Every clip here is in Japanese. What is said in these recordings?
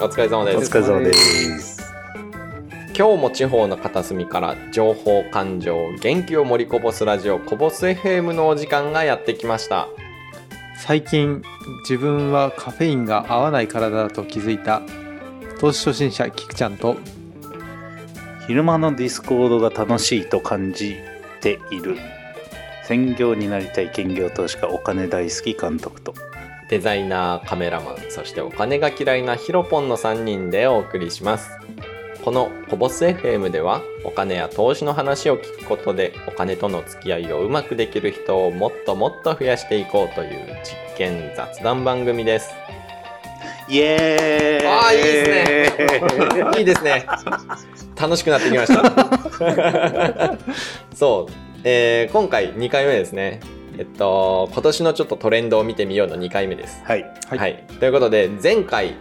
お疲れ様でおす疲れ様です。今日も地方の片隅から情報感情元気を盛りこぼすラジオこぼす FM のお時間がやってきました最近自分はカフェインが合わない体だと気づいた投資初心者キクちゃんと昼間のディスコードが楽しいと感じている。専業になりたい兼業投資家お金大好き監督と。デザイナーカメラマンそしてお金が嫌いなヒロポンの3人でお送りしますこの「こぼす FM」ではお金や投資の話を聞くことでお金との付き合いをうまくできる人をもっともっと増やしていこうという実験雑談番組ですイエーイあーいいですねいいですね。楽しくなってきました。そう、えー今回2回目ですね。えっと、今年のちょっとトレンドを見てみようの2回目です。 はい。は、はいいということで、前回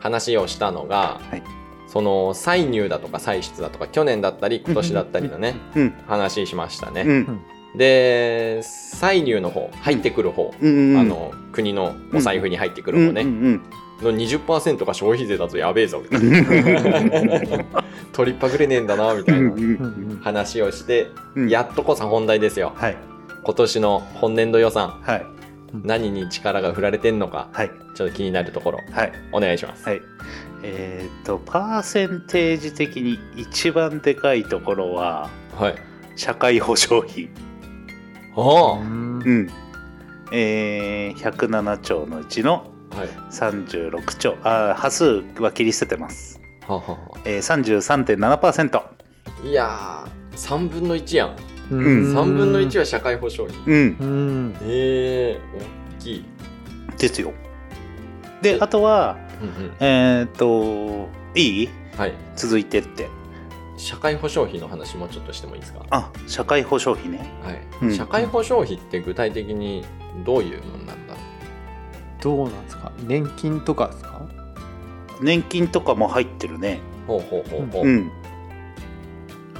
話をしたのが、はいその歳入だとか歳出だとか、去年だったり今年だったりのね、うん。話しましたうね。ん。で、歳入の方、入ってくる方、うん。あ、の国のお財布に入ってくる方ね、うんうんの20%が消費税だとやべえぞみたいなうん。 取りっぱぐれねえんだなみうたいんなうん話をして、うんやっとこそ本題ですよはい。今年の本年度予算はい。何に力が振られてんのかはい。ちょっと気になるところはい。お願いしますはい。えーっと、パーセンテージ的に一番でかいところは、はい社会保障費。おーうん。えー、107兆のうちのはい36兆、あー端数は切り捨ててます。はあはあはえー、33.7%。あいやー3分の1やんうん3分の1はは社会保障費うんう。んへえ大きいですよ。で、あとは、うんうんえー、っと、いいはい続いてって。社会保障費の話もちょっとしてもいいですかあ、社会保障費ね。はい、うん社会保障費って具体的にどういうもんなんだろどうなんですか年金とかですか年金とかも入ってるね。うほうほうほうほう、う、ん。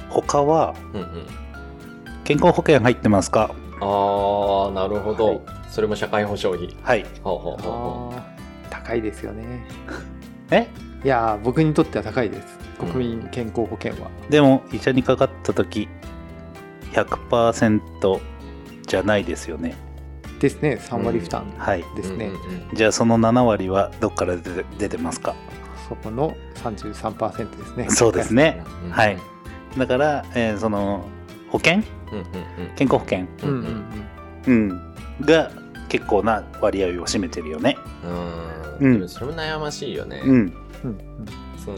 他は、うんうん健康保険入ってますかああなるほど、はいそれも社会保障費はい。ほうほうほうほあー高いですよねえいやー僕にとっては高いです国民健康保険は、でも医者にかかった時100%じゃないですよねですね3割負担はいですね、うんうんうんじゃあその7割はどっから出て出てますかそこの33%ですねそうですねうんうんはいだから、えーその保険うん健康保険、うんううんんうんうんうん、が結構な割合を占めてるよねうんううんんでもそれも悩ましいよね、うんうんその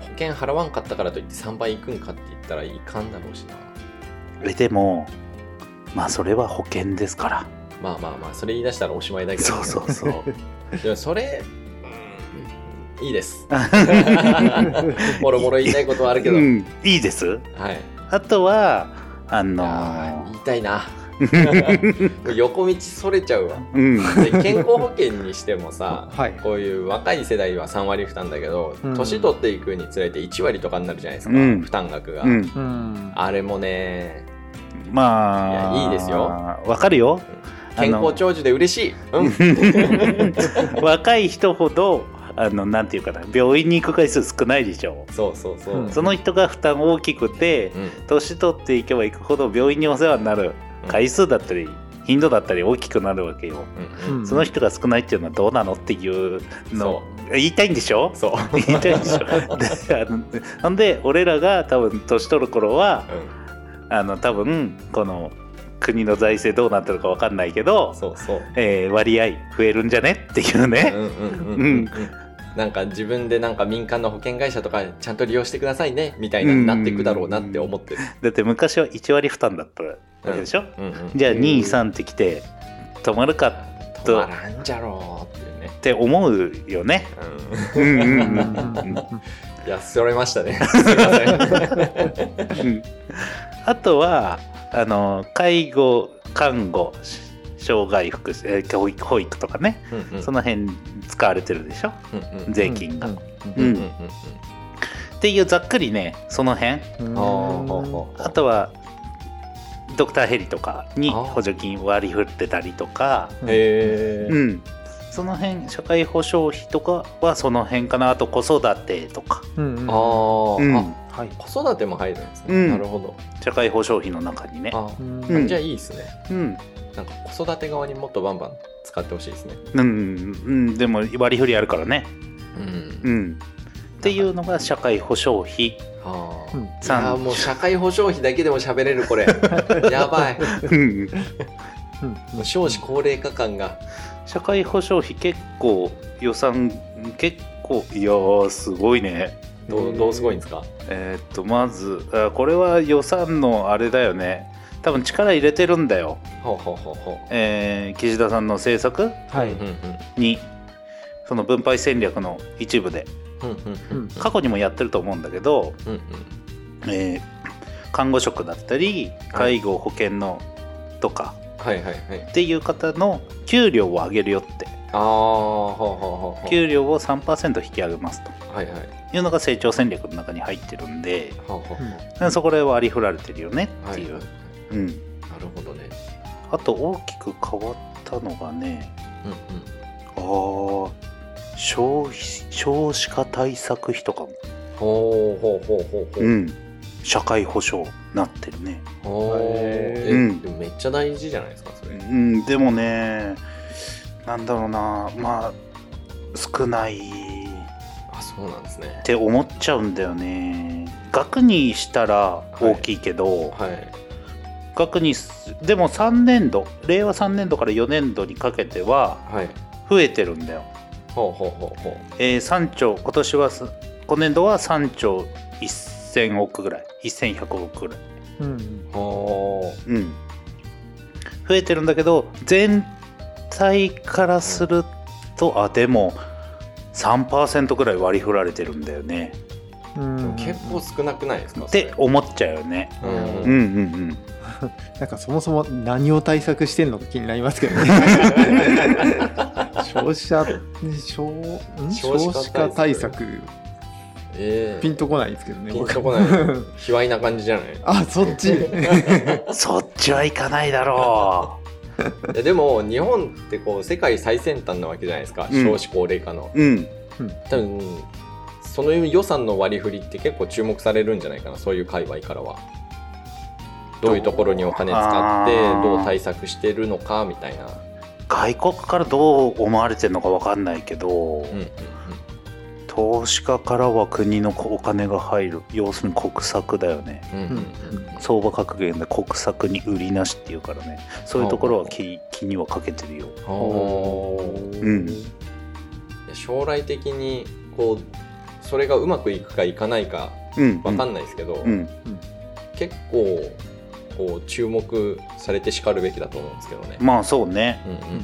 保険払わんかったからといって3倍いくんかって言ったらいかんだろうしなえでもまあそれは保険です からまあまあまあそれ言い出したらおしまいだけどね、そうそうそう でもそれうんいいです もろもろ言いたいことはあるけど、うん、いいですはいあとはあのあーー言いたいな 横道それちゃうわうんで健康保険にしてもさはいこういう若い世代は3割負担だけど、うん年取っていくにつれて1割とかになるじゃないですか、うん負担額が、うんうんあれもねまいあやいいですよわかるよ健あ康の長寿で嬉しい、うん、 若い人ほどあのなんていうかな病院に行く回数少ないでしょそうそうそう、ううんんその人が負担大きくて年取っていけばいくほど病院にお世話になる回数だったり頻度だったり大きくなるわけようんその人が少ないっていうのはどうなのっていうのそ言いたいんでしょうそう、言いたいんでしょであのなんで俺らが多分年取る頃は うあの多分この国の財政どうなってるか分かんないけどん、そうそうえー割合増えるんじゃねっていううんね、うんうんうんううんんなんか自分でなんか民間の保険会社とかちゃんと利用してくださいねみたいなになっていくだろうなって思ってる、だって昔は1割負担だったわけでしょ、うんうん、じゃあうん23ってきて止まるかっ止まらんじゃろうっていうね、て思うよねううんうんうんうんん、いやそれま したねすいませんうんあとはあの介護看護し障害福祉えー保育保育とかね、うんうんその辺使われてるでしょうんうん税金が、うんううんんうんうんっていうざっくりねその辺うんほうほうほうあとはドクターヘリとかに補助金割り振ってたりとかうんへうえんその辺社会保障費とかはその辺かなあと子育てとか、うんうんあー、うんあはい子育ても入るんですね、うんなるほど社会保障費の中にねあー、うんうんじゃあいいですねうんなんか子育て側にもっとバンバン使ってほしいですねうん、うん、でも割り振りあるからねうん、うんっていうのが社会保障費あーうんいやーもう社会保障費だけでも喋れるこれやば いうんもう少子高齢化感が社会保障費結構予算結構いやーすごいねどうどうすごいんですかえーっとまずあこれは予算のあれだよね多分力入れてるんだよ、ほうほうほうほえー岸田さんの政策はいううんうんにその分配戦略の一部でうんうんうんうん過去にもやってると思うんだけど、うんうんえー看護職だったり介護保険のとかはいはいはいっていう方の給料を上げるよってああほうほうほうほう給料を3%引き上げますとはいはいいうのが成長戦略の中に入ってるんでほうほうほうそこで割り振られてるよねっはていいう、はいうん、なるほどねあと大きく変わったのがねうんあー消費少子化対策費とかも、うんほうほうほうほうほううん、社会保障なってるね、ほうへえーうんでもめっちゃ大事じゃないですかそれうん、でもねなんだろうなまあ少ないっあそうなんですねて思っちゃうんだよね額にしたら大きいけど、はい額にすでも3年度令和3年度から4年度にかけてははい増えてるんだよ、ほうほうほうほうえー、3兆今年はす今年度は3兆1000億ぐらい1100億ぐらいうんほうん増えてるんだけど全体からするとあでも3%ぐらい割り振られてるんだよねうんうでも結構少なくないですかっそてれ思っちゃうよねうんうんうんなんかそもそも何を対策してんのか気になりますけどね 消費者少ん少少子化対策子化対策 ええピンとこないですけどねピン僕とこない卑猥な感じじゃない あそっちうんそっちはいかないだろいやでも日本ってこう世界最先端なわけじゃないですか、うん少子高齢化のううん多分その予算の割り振りって結構注目されるんじゃないかなそういう界隈からはどういうところにお金使っあーてどう対策してるのかみたいな、外国からどう思われてるのか分かんないけど、うんうんうん、投資家からは国のお金が入る要するに国策だよねうんうんうん相場格言で国策に売りなしっていうからねそういうところは気気にはかけてるよおーうんいや将来的にこうそれがうまくいくかいかないかうんわかんいないですけど、うん結構こう注目されてしかるべきだと思うんですけどね、まあそうねう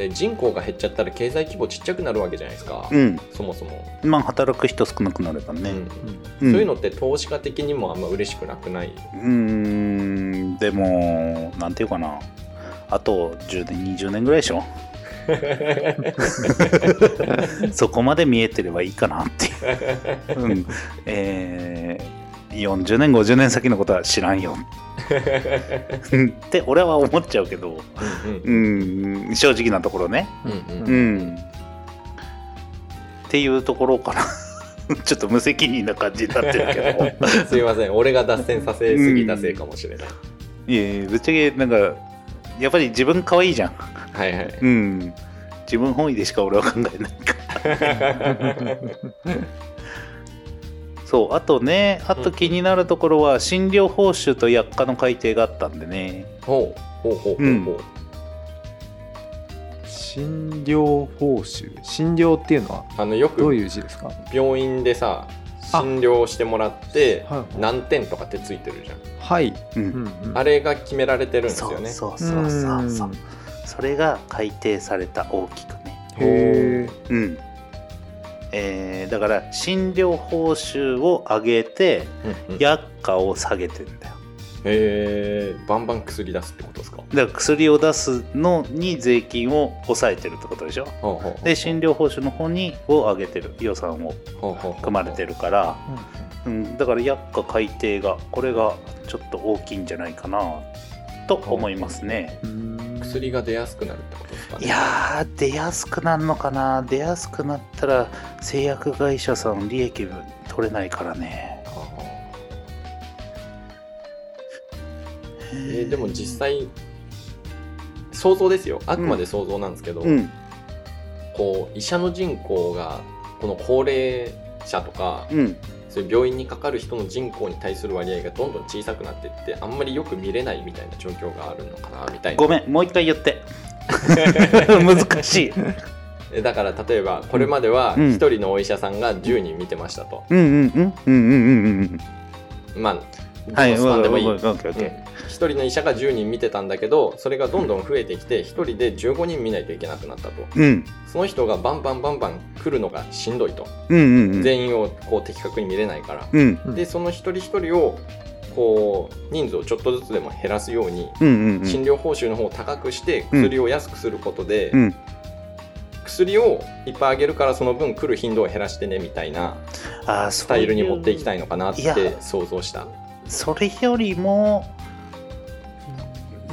んうん、で人口が減っちゃったら経済規模ちっちゃくなるわけじゃないですか、うんそもそも、まあ働く人少なくなればうねんそそうういうのって投資家的にもあんま嬉しくなくない、うんでもなんていうかなあと10年20年ぐらいでしょそこまで見えてればいいかなっていううんえー、40年50年先のことは知らんようんって俺は思っちゃうけど、うんうんうん、正直なところね、うんううんん、っていうところかなちょっと無責任な感じになってる けどすいません俺が脱線させすぎたせいかもしれない、いやいやぶっちゃけなんかやっぱり自分可愛いじゃん、はいはいうん、自分本位でしか俺は考えないからそうあとねあと気になるところは診療報酬と薬価の改定があったんでねほうほうほうほうほう、うん診療報酬診療っていうのはあのよどうくいう字ですか病院でさ診療してもらってあはいはい何点とかってついてるじゃん、はい、うんうんうん、あれが決められてるんですそようねそうそうそうそううんそれが改定された大きくねへえうんえーだから診療報酬を上げてうんうんへ薬価を下げてんだよえバンバン薬出すってことですかだから薬を出すのに税金を抑えてるってことでしょほうほうほうで診療報酬の方にを上げてる予算をほうほうほう組まれてるから、うん、だから薬価改定がこれがちょっと大きいんじゃないかなっと思いますね。薬が出やすくなるってことですかねいやー、出やすくなるのかな出やすくなったら製薬会社さん利益取れないからね。あーえーでも実際想像ですよあくまで想像なんですけど、うん。こう医者の人口がこの高齢者とか、うん。そういう病院にかかる人の人口に対する割合がどんどん小さくなってってあんまりよく見れないみたいな状況があるのかなみたいなごめん、もう一回言って。 難しい。えだから例えばこれまではうん1人のお医者さんが10人見てましたと、うんうんうんうんうんうんうん。まあどはい、のスパンでもいい、わかるわかるわかる1人の医者が10人見てたんだけどそれがどんどん増えてきて1人で15人見ないといけなくなったとうんその人がバンバンバンバン来るのがしんどいと、うんうんうん。全員をこう的確に見れないから、うんうんでその一人一人をこう人数をちょっとずつでも減らすようにうんうん診療報酬の方を高くしてうん薬を安くすることで、うん。薬をいっぱいあげるからその分来る頻度を減らしてねみたいなあースタイルに持っていきたいいのかなっいやて想像したうそれよりも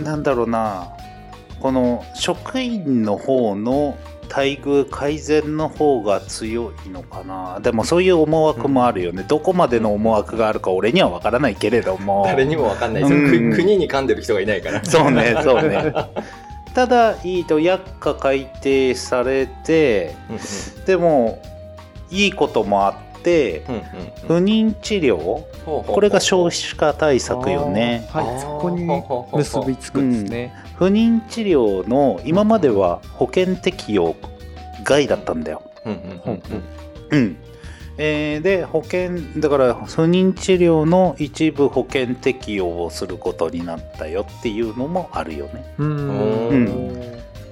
なんだろうなこの職員の方の待遇改善の方が強いのかなでもそういう思惑もあるよね、どこまでの思惑があるか俺には分からないけれども誰にも分かんないですよ、うんく国に噛んでる人がいないからそうねそうねただいいと薬価改定されてうんでもいいこともあってうんうんうん不妊治療ほうほうほうこれが少子化対策よねあーはいそこに結びつくんですね、不妊治療の今までは保険適用外だったんだよ。うんうんうんうんうんえーで保険だから不妊治療の一部保険適用をすることになったよっていうのもあるよね、ううんんうん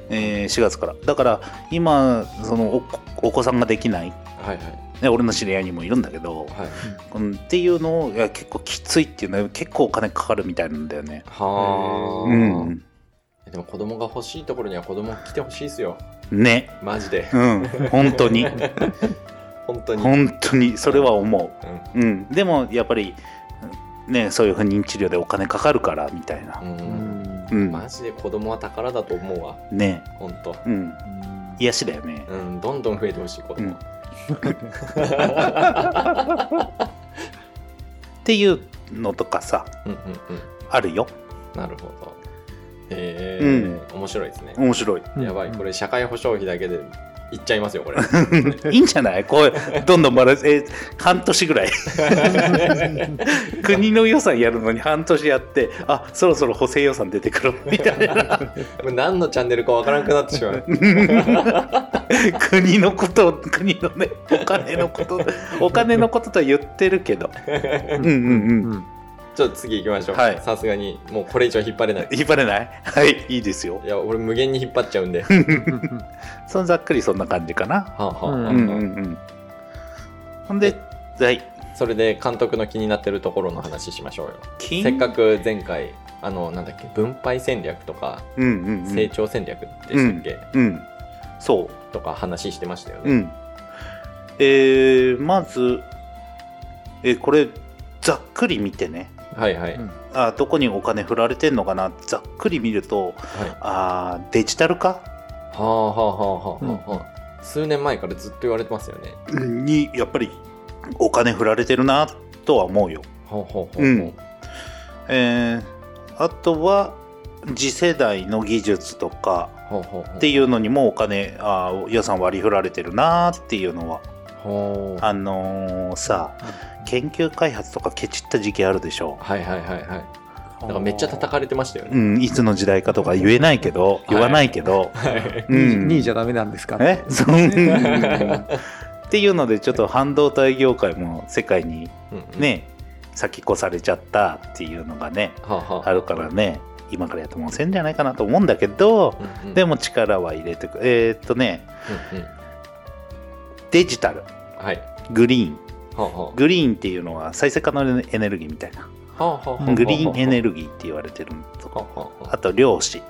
えー4月からだから今そのおお子さんができない、はいはいね、俺の知り合いにもいるんだけはど、いうん、っていうのをいや結構きついっていうのは結構お金かかるみたいなんだよねはあ、うんでも子供が欲しいところには子供来てほしいですよねマジでうん本当に本当に本当にそれは思ううんうん、でもやっぱりねそういう不妊治療でお金かかるからみたいなう、んうんマジで子供は宝だと思うわね本当うん癒しだよねうんどんどん増えてほしい子供、うんっていうのとかさうん、うんうんあるよなるほどへえ、面白いですね、面白いやばいこれ社会保障費だけでいっちゃいますよこれいいんじゃないこうどんどんばらえ半年ぐらい国の予算やるのに半年やってあそろそろ補正予算出てくるみたいなこれ何のチャンネルかわからなくなってし まう国のこと国のねお金のことお金のこととは言ってるけどうんうんうんうんちょっと次行きましょうはいさすがにもうこれ以上引っ張れない引っ張れないはいいいですよいや俺無限に引っ張っちゃうんではそのざっくりそんな感じかなあはあはあはあうんうんうんほんではいそれで監督の気になってるところの話しましょうよ金せっかく前回あのなんだっけ分配戦略とかうんうんうん成長戦略でしたっけ、うんそとか話してましたよううね。んえー、まずえーこれざっくり見てねはいはい、うんあーどこにお金振られてんのかなざっくり見るとはい。はあーデジタル化あはあはあはあはあ、数年前からずっと言われてますよね。にやっぱりお金振られてるなとは思うよほうほうほうほう。うんえーあとは次世代の技術とかほうほうほう。っていうのにもお金あー予算割り振られてるなーっていうのはほう。あのーさ研究開発とかケチった時期あるでしょはいはいはいはい。なんかめっちゃ叩かれてましたようね。んいつの時代かとか言えないけど言わないけど、はい。うん2位じゃダメなんですかえねそうっていうのでちょっと半導体業界も世界にうん。ね先越されちゃったっていうのがねはあはあ。あるからね今からやってもせんじゃないかなと思うんだけどうんうん。でも力は入れてくえーっとねうんうん。デジタルはい。グリーンはあはグリーンっていうのは再生可能エネルギーみたいなあ。はあはあ。グリーンエネルルギーって言われてるのとはかあはあはあと漁師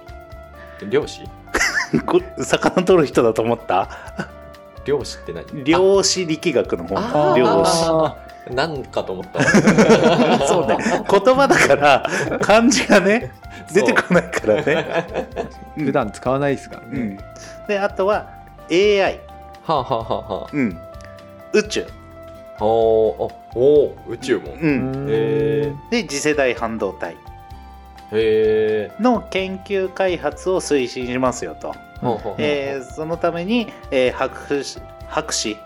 あ。漁師これ魚取る人だと思った漁師って何漁師力学のあ方ー漁 師ああなんかと思った。そうね言葉だから漢字がね出てこないからね。うん普段使わないですからうねん、であとは AI、はあ、はあはあはうん、宇宙、あ、おーあおー宇宙も、うへん、うーんえで次世代半導体えの研究開発を推進しますよと、はあはあはあえーそのために、えー博士博士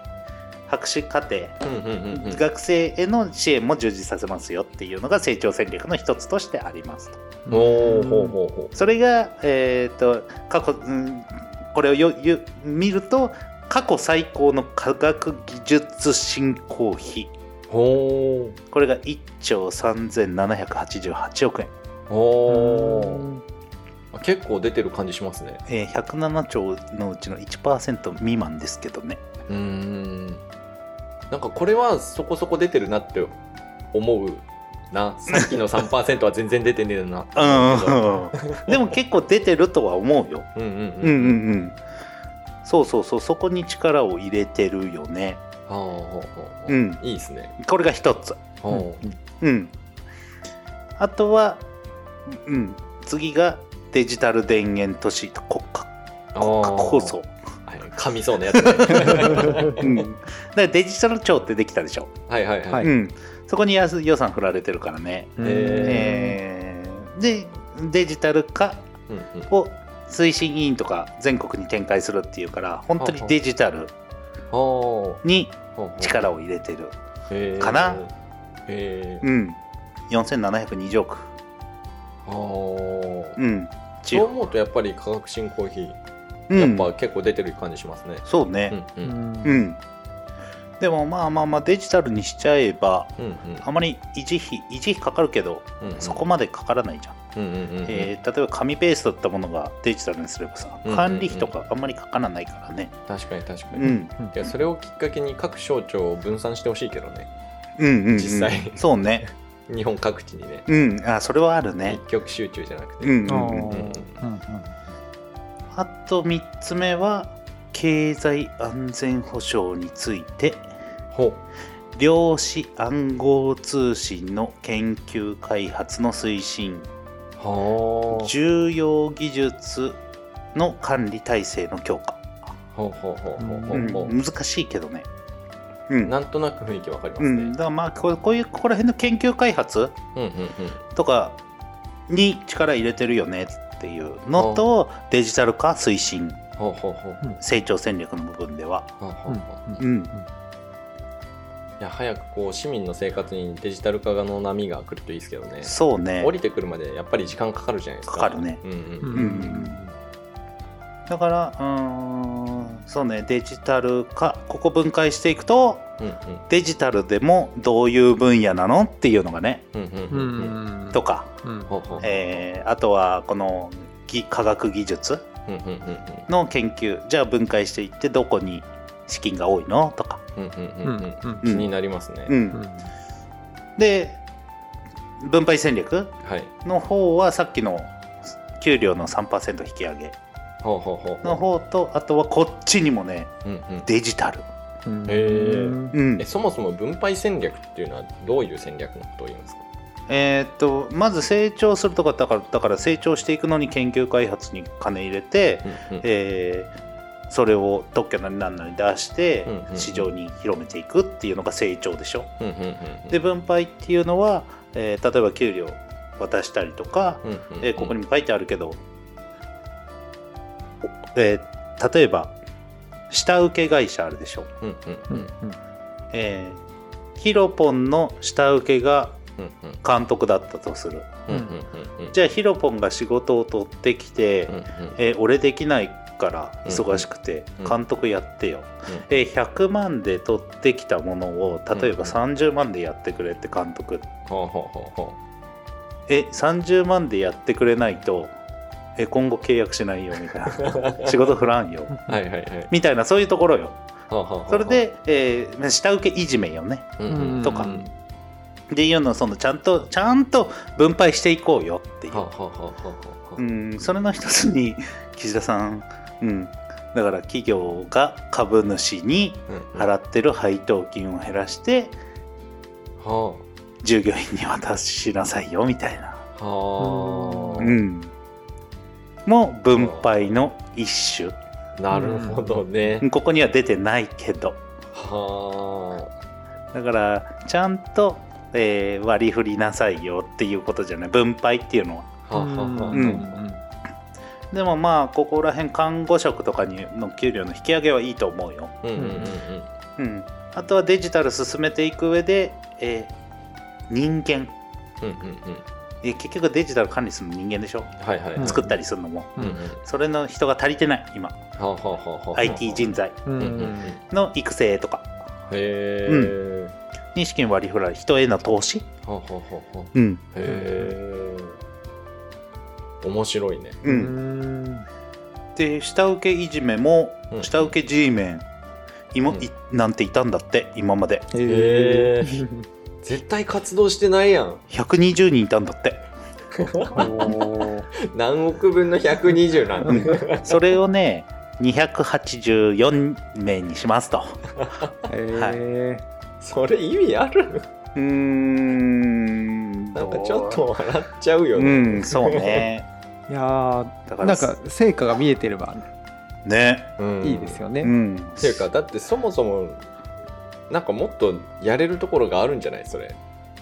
博士課程うんうんうんうん学生への支援も充実させますよっていうのが成長戦略の一つとしてありますとおおほうほうほそれが、えー、と過去、うんこれをよよ見ると過去最高の科学技術振興費うほこれが1兆3788億円、うおお結構出てる感じしますねえー107兆のうちの1%未満ですけどねうーんなんかこれはそこそこ出てるなって思うなさっきの3%は全然出てねえなって う思うけどんでも結構出てるとは思うようんうんうんううんんうんそうそうそうそこに力を入れてるよねはあはあはあうんいいですねこれが一つはあうんあとはうん次がデジタル田園都市と国家国家構想、はい噛みそうなやつ、ね、うん、だからデジタル庁ってできたでしょ、はいはいはい、はいうん、そこにやす予算振られてるからね、うんええーでデジタル化うんうんを推進委員とか全国に展開するっていうから本当にデジタルはにあはあ力を入れてる、へえかなへえうん、4720億、はあうん、地そう方思うとやっぱり化学新コーヒーうやっんぱ結構出てる感じしますね。そううねんうんうん、でもまあまあまあデジタルにしちゃえばうんうんあまり維持費維持費かかるけどうんうんそこまでかからないじゃん、うんうんうんうんえー例えば紙ベースだったものがデジタルにすればさうんうん管理費とかあんまりかからないからね確かに確かうに。んいやそれをきっかけに各省庁を分散してほしいけどねうんうんうん実際そうね日本各地にねうんあそれはあるね一極集中じゃなくて、うんうんうんうんあと3つ目は経済安全保障についてほ量子暗号通信の研究開発の推進うほう重要技術の管理体制の強化、ほうほうほうほうほううんほう、難しいけどねうんなんとなく雰囲気わかりまうすね、ん、だからまあこうこういうここら辺の研究開発うん、うんとかに力入れてるよねっていうのとデジタル化推進ほうほうほう成長戦略の部分では、ほうほうほううん、いや早くこう市民の生活にデジタル化の波が来るといいですけどねそうね降りてくるまでやっぱり時間かかるじゃないですかかかるねうんうんんだからうーんそうねデジタル化ここ分解していくとうんデジタルでもどういう分野なのっていうのがねうんうんうんうんうんとか、ほうほうえーあとはこのぎ科学技術うんうんうんの研究じゃあ分解していってどこに資金が多いのとか、うんうんうんうん気になりますね、うん、で分配戦略はいの方はさっきの給料の3%引き上げほうほうほうほうの方とあとはこっちにもねうんうんデジタル、うんえそもそも分配戦略っていうのはどういう戦略のことを言うんですかえーっとまず成長するとかだからだから成長していくのに研究開発に金入れて、うんうんえーそれを特許なりなんなり出してうんうん市場に広めていくっていうのが成長でしょ。うんうんうんうんで分配っていうのは、えー例えば給料渡したりとか、うんうんうんえーここにも書いてあるけど、おえー例えば下請け会社あるでしょ。うんうんうんえーヒロポンの下請けがうんうん監督だったとする。うんうんうんうんじゃあヒロポンが仕事を取ってきて、うんうんえー俺できないから忙しくてうん監督やってよ、うんえー100万で取ってきたものを例えばうん30万でやってくれって監督ほうほうほうほえ30万でやってくれないと、えー今後契約しないよみた いな仕事振らんようはいはいはいみたいなそういうところよほうほうほうそれで、えー下請けいじめよねうんうんとかうんっていうのをそのちゃんとちゃんと分配していこうよっていうほうほうほうほうほうう、ほうんそれの一つ に岸田さん、うん、だから企業が株主にうん払ってる配当金を減らしては従業員に渡しなさいよみたいなああー、うん、も分配の一種なるほどね、ここには出てないけどはだからちゃんと、えー割り振りなさいよっていうことじゃない分配っていうのはあはあはあはあうんでもまあここら辺看護職とかにの給料の引き上げはいいと思うよ、うんうんうんうんうん、あとはデジタル進めていく上で、えー人間うんうんうんえー結局デジタル管理するの人間でしょはいはい、うん作ったりするのも、うんうんそれの人が足りてない今はあはあはあはあはあ IT 人材ううんうんうんんの育成とかへえ、に資金割り振られ人への投資、はあはあはあはあうんへえ面白いねう、うんんで下請けいじめもうん下請け G メン今、うんいなんていたんだって今までへー絶対活動してないやん120人いたんだって、お何億分の120なんうて、ん、それをね284名にしますとえそれ意味あるうーんなんかちょっと笑っちゃうようね、んそうねいやだからーなんか成果が見えてればねうんいいですようね、んっていうかだってそもそもなんかもっとやれるところがあるんじゃないそれ、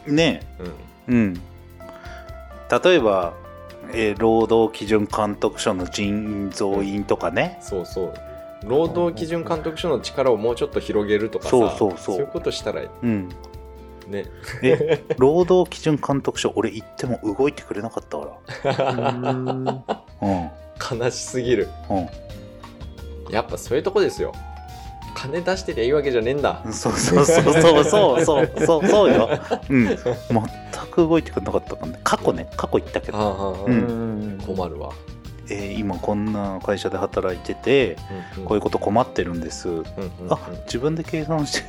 ねうん、うん例えば、えー労働基準監督署の人員増員とかね、そうそう労働基準監督署の力をもうちょっと広げるとかさそうそうそういうことしたらうん、ねえ労働基準監督署俺行っても動いてくれなかったかうん、らうん悲しすぎるうやっぱそういうとこですよ金出してりゃいいわけじゃねえんだん、そうそうそうそうそうそうそうそうよ、うん、全く動いてくれなかったもんで過去ね過去言ったけあど、あ、うあんあ困るわ、えー今こんな会社で働いててうんこういうこと困ってるんですうんうんうんあ自分で計算し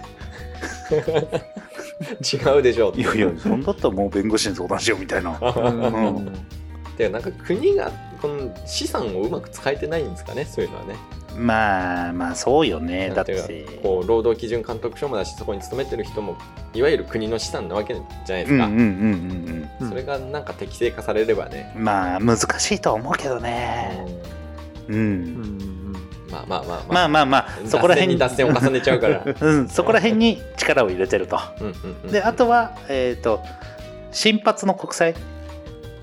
て違うでしょいやいやそんだったらもう弁護士に相談しようみた いなうんでなんか国がこの資産をうまく使えてないんですかねそういうのはねまあまあそうよねだなっんてていうかこう労働基準監督署もだしそこに勤めてる人もいわゆる国の資産なわけじゃないでうすんうか、んうんうんそれがなんか適正化されればね、うんまあ難しいとは思うけどねうん、うんうんまあまあまあままあ、あまあまあそこら辺に脱線に脱線を重ねちゃうから、うん、そこら辺に力を入れてるとうんうんうん であとは、えー、と新発の国債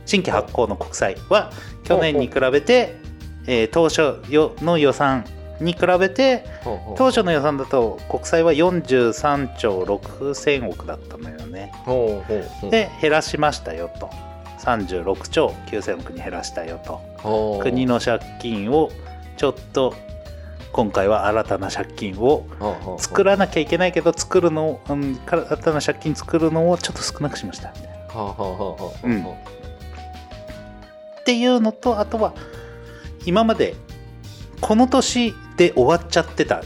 新規発行の国債は去年に比べて、えー当初よの予算に比べてほうほう当初の予算だと国債は43兆6000億だったのよねほうほうほうで減らしましたよと36兆9000億に減らしたよとほう国の借金をちょっと今回は新たな借金をほうほうほう作らなきゃいけないけど作るのを、うん、から新たな借金作るのをちょっと少なくしましたみたいなほうほうほうほううんっていうのとあとは今までこの年で終わっちゃってた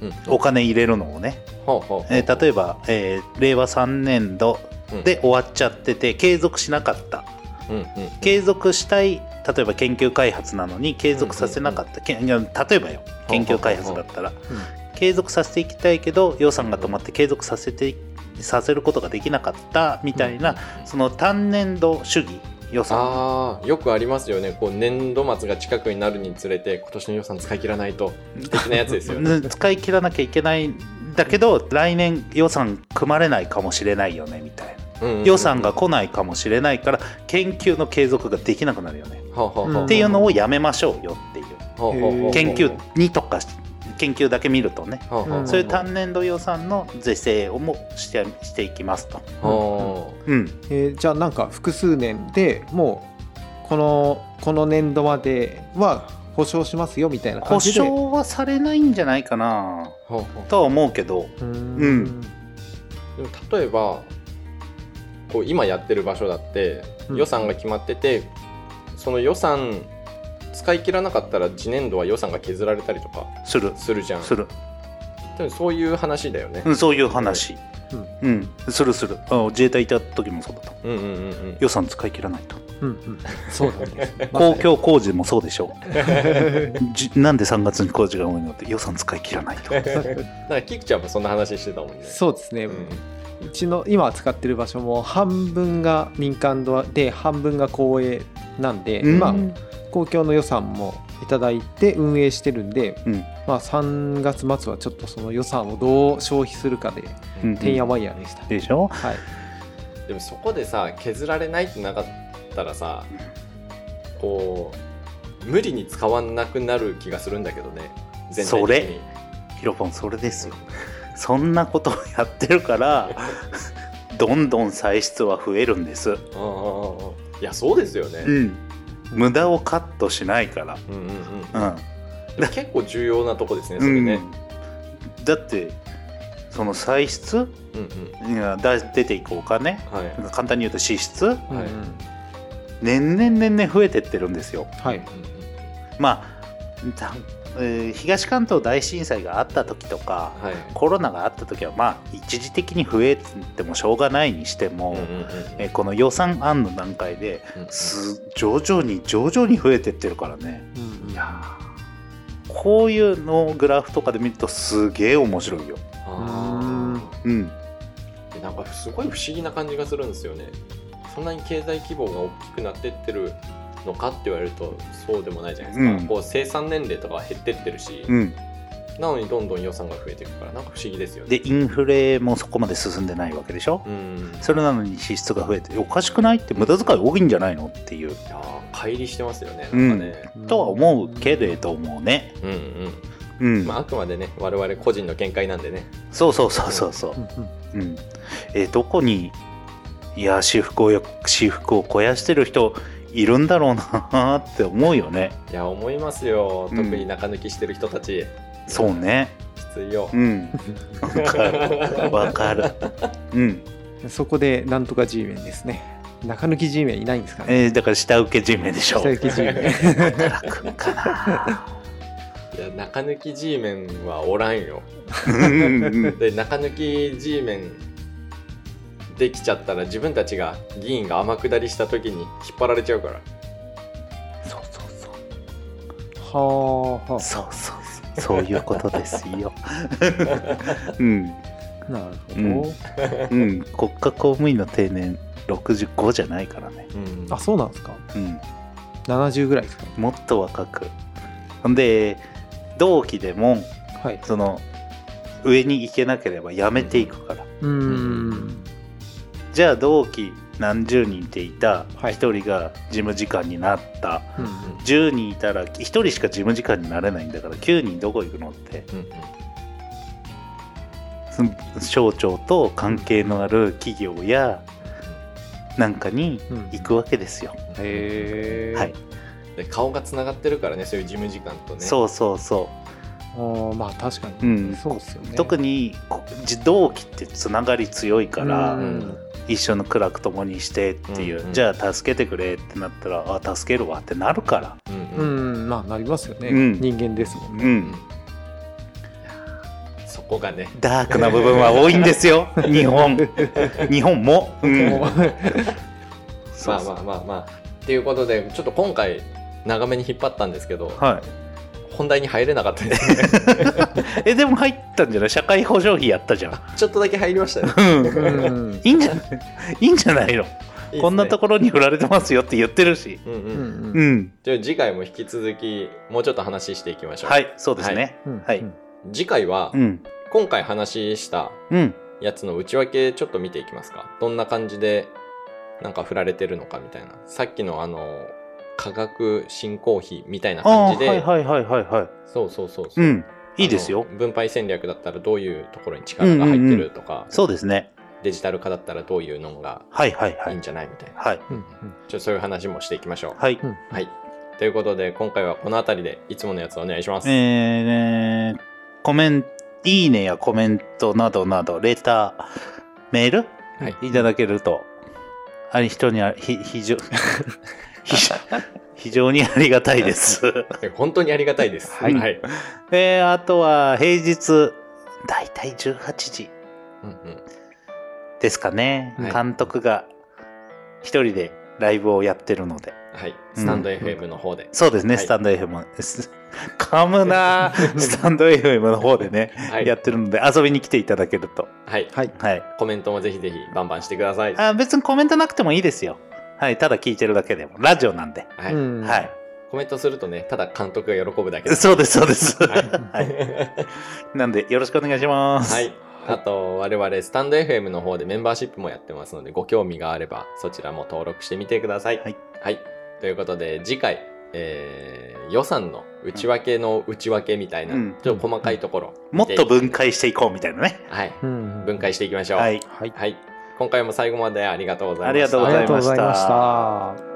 うんお金入れるのをね、ほうほうほうえー例えば、えー令和3年度で終わっちゃってて継続しなかったうんうん継続したい例えば研究開発なのに継続させなかった、けんいや例えばよ研究開発だったら、継続させていきたいけど予算が止まって継続させてさせることができなかったみたいな、その単年度主義予算ああよくありますよねこう年度末が近くになるにつれて今年の予算使い切らないと的なやつですよねうん使い切らなきゃいけないんだけど来年予算組まれないかもしれないよねみたいうなんうんうん予算が来ないかもしれないから研究の継続ができなくなるよねほうほうほうっていうのをやめましょうよっていうほうほうほう研究に特化し研究だけ見るとねほうほほんそういう単年度予算の是正をもしてしていきますと。ほううんえーじゃあなんか複数年でもうこのこの年度までは保証しますよみたいな保感じで証はされないんじゃないかなほうほうとは思うけどうーんうでんも例えばこう今やってる場所だってうん予算が決まってて、その予算使い切らなかったら次年度は予算が削られたりとかするするじゃんする、でもそういう話だよねう、ん、そういう話ううん、するするあ自衛隊いた時もそうだったうん、うんうんうん予算使い切らないとうんうんそうなん です公共工事もそうでしょう じなんで3月に工事が多いのって予算使い切らないとなんかキクちゃんもそんな話してたもんねそうですね、うんうちの今使ってる場所も半分が民間で半分が公営なんで、うんまあ、公共の予算もいただいて運営してるんで、うんまあ、3月末はちょっとその予算をどう消費するかでうんてんやわんやでした、でしょはい、でもそこでさ削られないってなかったらさこう無理に使わなくなる気がするんだけどね全体的にヒロポンそれですよそんなことをやってるから どんどん歳出は増えるんです、うんうんうんうんいやそうですようね、ん、無駄をカットしないかうんうんうん、ら、でも結構重要なとこですねうんそれね、うん、だってその歳出うん、うんいやだ出ていくお金はい簡単に言うと支出はいうんうん年々年々増えてってるんですよはい、うんまあたえー東関東大震災があった時とかうんはいコロナがあった時はまあ一時的に増えてもしょうがないにしても、うんうんうんえーこの予算案の段階でうんうんす徐々に徐々に増えてってるからねうんいやーこういうのをグラフとかで見るとすげえ面白いよあーうんでなんかすごい不思議な感じがするんですよねそんなに経済規模が大きくなってってるのかって言われるとそうでもないじゃないですか、うんこう生産年齢とかは減ってってるし、うんなのにどんどん予算が増えていくからなんか不思議ですよねでインフレもそこまで進んでないわけでしょうんそれなのに支出が増えておかしくないって無駄遣い多いんじゃないのっていういやー乖離してますよねなんかね、とは思うけれどもねうん、うんうん、まああくまでね我々個人の見解なんでねそうそうそうそうそううんうんうん、えーどこにいやー私服をよ私服を肥やしてる人いるんだろうなーって思うよねいや思いますようん特に中抜きしてる人たち、そうねきついよ、うんわかるわかるうん、そこでなんとか G メンですね中抜き G メンいないんですかねえーだから下請け人名でしょ下請け G メン働くんかないや中抜き G メンはおらんようんうんうんで中抜き G メンできちゃったら自分たちが議員が天下りした時に引っ張られちゃうからそうそうそうはあはそうそうそうそういうことです ようんあなるほど、うんうん国家公務員の定年65じゃないからねうんあそうなんですかうん70ぐらいですかもっと若くほんで同期でもはいその上に行けなければ辞めていくから、うーんじゃあ同期何十人っていたはい1人が事務次官になった、うん10人いたら1人しか事務次官になれないんだから9人どこ行くのってうんうんその省庁と関係のある企業やなんかにうんうん行くわけですよ、へえはい、で顔がつながってるからねそういう事務次官とねそうそうそあーまあ確かに、うんそうですよう、ね特ににこ同期ってつながり強いから、うん一緒の苦楽共にしてっていう、うんうんじゃあ助けてくれってなったらあ助けるわってなるからうんううんん、まあなりますよね、うん人間ですもんうね、いんやそこがねダークな部分は多いんですよ日本日本も、うん もうそまあうそうまあまあまあっていうことでちょっと今回長めに引っ張ったんですけどはい本題に入れなかったですねえでも入ったんじゃない社会保障費やったじゃん ちょっとだけ入りました ねうんうんいいんじゃないいいんじゃないのこんなとこころに振られてますよって言ってるしうんう、うんんううんんじゃあ次回も引き続きもうちょっと話していきましょう、はいそうですねうんはい次回はうん今回話したうんやつの内訳ちょっと見ていきますかどんな感じでなんか振られてるのかみたいなさっきのあの化学振興費みたいなああ感じはで、いはいはいはいはそうそうそういそう、うんいいですよあの分配戦略だったらどういうところに力が入ってるとか、そうですねデジタル化だったらどういうのがはいはいはいいいんじゃないみたいな、はいうんうんちょっとそういう話もしていきましょうはいはいということで今回はこの辺りでいつものやつお願いします、えー、コメント、いいねやコメントなどなど、レター、メール、、はいただけると、あり、人にあ、ひ、非常、 非常非常にありがたいです。本当にありがたいですはいはいえー、あとは平日、だいたい18時うんうんですかね、はい監督が一人でライブをやってるので。はい、スタンド FM の方で、そうですね、はいスタンド FM です。 噛むな ぁスタンド FM の方でね、はいやってるので、遊びに来ていただけると。はい、はい。はい。コメントもぜひぜひバンバンしてください。あ別にコメントなくてもいいですよ。はい、ただ聞いてるだけでも。ラジオなんで。はい、うんはい。コメントするとね、ただ監督が喜ぶだけです。そうです、そうです。は はいい。なんで、よろしくお願いします。はい。あと、我々、スタンド FM の方でメンバーシップもやってますので、ご興味があれば、そちらも登録してみてください。はい。ということで、次回、えー予算の内訳の内訳みたいな、うんちょっと細かいところ。もっと分解。解していこうみたいなね。はい。うん分解していきましょう。は。い。はい。はい。今回も最後までありがとうございました。ありがとうございましたありがとうございました。